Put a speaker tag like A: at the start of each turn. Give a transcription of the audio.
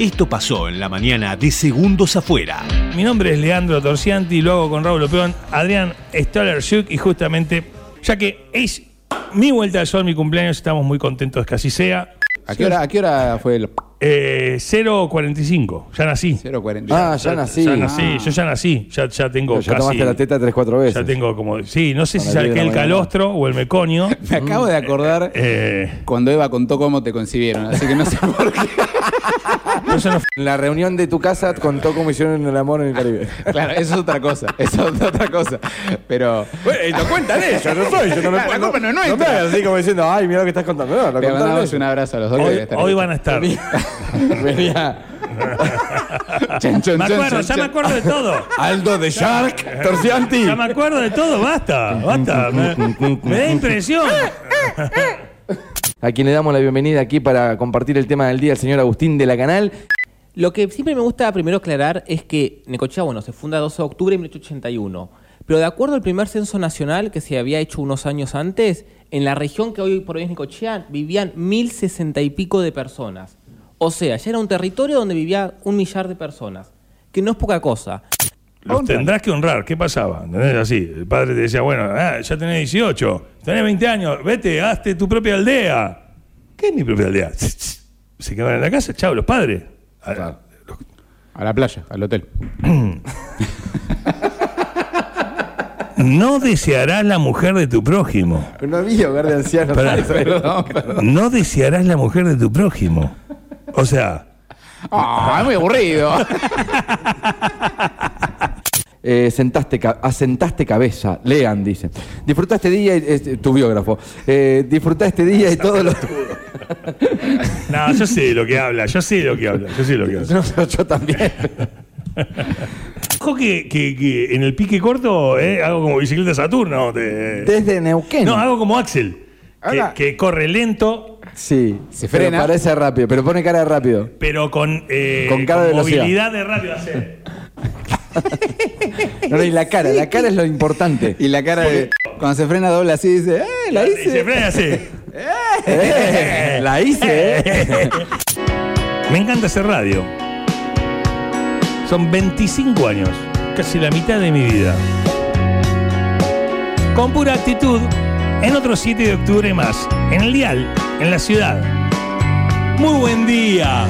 A: Esto pasó en la mañana de Segundos Afuera.
B: Mi nombre es Leandro Torcianti, lo hago con Raúl Opeón, Adrián Stollershuk y justamente, ya que es mi vuelta al sol, mi cumpleaños, estamos muy contentos que así sea.
C: ¿A qué hora, a qué hora fue el
B: Eh, 0.45, ya nací.
C: 0.40?
D: Ah, ya nací.
B: Ya nací, yo ya nací, ya, ya tengo
D: Ya
B: casi-
D: tomaste la teta tres, cuatro veces.
B: Ya tengo como, sí, no sé si
D: las diez de
B: saqué
D: la
B: el
D: mañana.
B: calostro o el meconio.
C: Me acabo de acordar
B: Eh,
C: cuando Eva contó cómo te concibieron, así que no sé por qué.
B: no se nos
D: En la reunión de tu casa contó cómo hicieron el amor en el Caribe.
C: Claro, eso es otra cosa, eso es otra cosa. Pero
D: Bueno, lo cuentan ellos, yo soy. Yo no lo-
C: La culpa no es nuestra.
D: me hagas así como diciendo, ay, mira lo que estás contando. No, lo
C: te
D: contaron
C: mandamos
D: ellos.
C: un abrazo a los dos. que deben
B: Hoy,
C: estar
B: hoy
C: ahí.
B: van a estar. Me
D: Venía
C: Chon, chon, chon,
B: acuerdo, ya
C: chon, chon.
B: me acuerdo de todo.
D: Aldo de Shark, Torcianti.
B: Ya me acuerdo de todo, basta, basta. Me, me da impresión.
D: Ah, A quien le damos la bienvenida aquí para compartir el tema del día, el señor Agustín de la Canal.
E: Lo que siempre me gusta primero aclarar es que Necochea, bueno, se funda 12 de octubre de 1881. Pero de acuerdo al primer censo nacional que se había hecho unos años antes, en la región que hoy por hoy es Necochea vivían 1060 y pico de personas. O sea, ya era un territorio donde vivía un millar de personas, que no es poca cosa.
B: Los tendrás que honrar. ¿Qué pasaba? ¿Entendés? Así. El padre te decía, bueno, ah, ya tenés 18, tenés 20 años, vete, hazte tu propia aldea. ¿Qué es mi propia aldea? Se quedaban en la casa, chao, los padres. Ah, A- los-
C: A la playa, al hotel.
B: No desearás la mujer de tu prójimo.
D: No había hogar de ancianos.
B: Pará.
C: Perdón, perdón.
B: No desearás la mujer de tu prójimo. O sea,
C: Ah, es muy aburrido.
D: Eh, sentaste ca- asentaste cabeza, lean, dice. Disfruta este día, y, es- tu biógrafo. Eh, disfruta este día y todos los...
B: no, yo sé de lo que habla, yo sé de lo que habla, yo sé de lo que habla.
D: No, yo, yo también.
B: Ojo que, que- que en el pique corto eh, hago como bicicleta Saturno. de-
D: Desde Neuquén.
B: No, hago como Axel, que,
D: Ahora-
B: que corre lento,
D: Sí,
C: Se
D: pero
C: frena.
D: parece rápido, pero pone cara de rápido.
B: pero con, eh,
D: Con cara de velocidad.
B: movilidad de rápido hacer.
D: No, no, y la cara, la cara es lo importante.
C: Y la cara de. Cuando se frena doble así, dice, ¡eh! La
B: Y se
C: hice.
B: frena así.
D: Eh, la hice, eh.
B: Me encanta hacer radio. Son 25 años, casi la mitad de mi vida. Con pura actitud, en otro 7 de octubre más, en el dial, en la ciudad. Muy buen día.